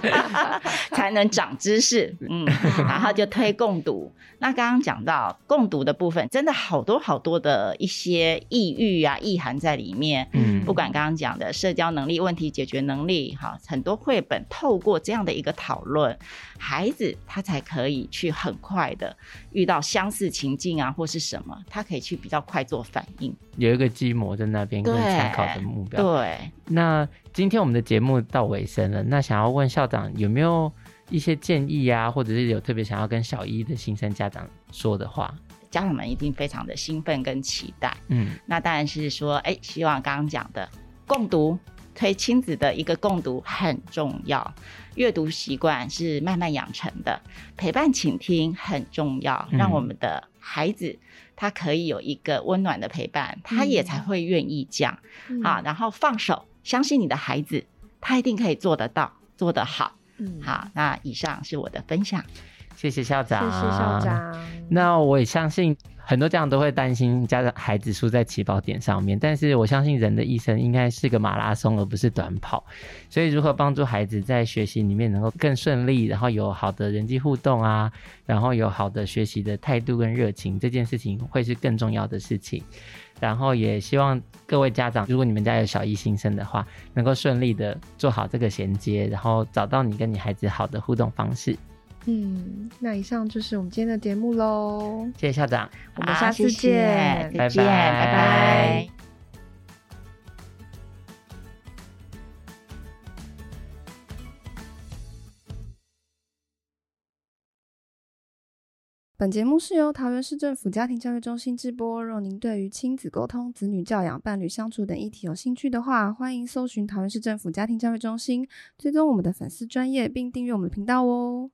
[SPEAKER 3] 才能长知识，嗯，然后就推共读。那刚刚讲到共读的部分，真的好多好多的一些意欲啊、意涵在里面。
[SPEAKER 2] 嗯
[SPEAKER 3] 不管刚刚讲的社交能力、问题解决能力，哈，很多绘本透过这样的一个讨论，孩子他才可以去很快的遇到相似情境啊，或是什么，他可以去比较快做反应。
[SPEAKER 2] 有一个基模在那边跟
[SPEAKER 3] 对
[SPEAKER 2] 参考的目标。
[SPEAKER 3] 对，
[SPEAKER 2] 那今天我们的节目到尾声了，那想要问校长有没有一些建议啊，或者是有特别想要跟小一的新生家长说的话？
[SPEAKER 3] 家长们一定非常的兴奋跟期待。
[SPEAKER 2] 嗯
[SPEAKER 3] 那当然是说，哎，希望刚刚讲的共读，推亲子的一个共读很重要，阅读习惯是慢慢养成的，陪伴倾听很重要，
[SPEAKER 2] 嗯
[SPEAKER 3] 让我们的孩子他可以有一个温暖的陪伴，他也才会愿意讲、
[SPEAKER 1] 嗯
[SPEAKER 3] 啊。然后放手，相信你的孩子，他一定可以做得到，做得好。
[SPEAKER 1] 嗯，
[SPEAKER 3] 好，那以上是我的分享。
[SPEAKER 2] 谢谢校
[SPEAKER 1] 谢
[SPEAKER 2] 长，
[SPEAKER 1] 谢校。长。
[SPEAKER 2] 那我也相信很多家长都会担心家长孩子输在起跑点上面，但是我相信人的一生应该是个马拉松，而不是短跑。所以，如何帮助孩子在学习里面能够更顺利，然后有好的人际互动啊，然后有好的学习的态度跟热情，这件事情会是更重要的事情。然后也希望各位家长，如果你们家有小一新生的话，能够顺利的做好这个衔接，然后找到你跟你孩子好的互动方式。
[SPEAKER 1] 嗯，那以上就是我们今天的节目喽。
[SPEAKER 2] 谢谢校长。
[SPEAKER 1] 我们
[SPEAKER 3] 好
[SPEAKER 1] 下次
[SPEAKER 3] 谢谢
[SPEAKER 1] 见
[SPEAKER 3] 再见，
[SPEAKER 2] 拜拜
[SPEAKER 3] 拜拜
[SPEAKER 1] 本节目是由桃园市政府家庭教育中心直播。若您对于亲子沟通、子女教养、伴侣相处等议题有兴趣的话，欢迎搜寻桃园市政府家庭教育中心，追踪我们的粉丝专业，并订阅我们的频道哦。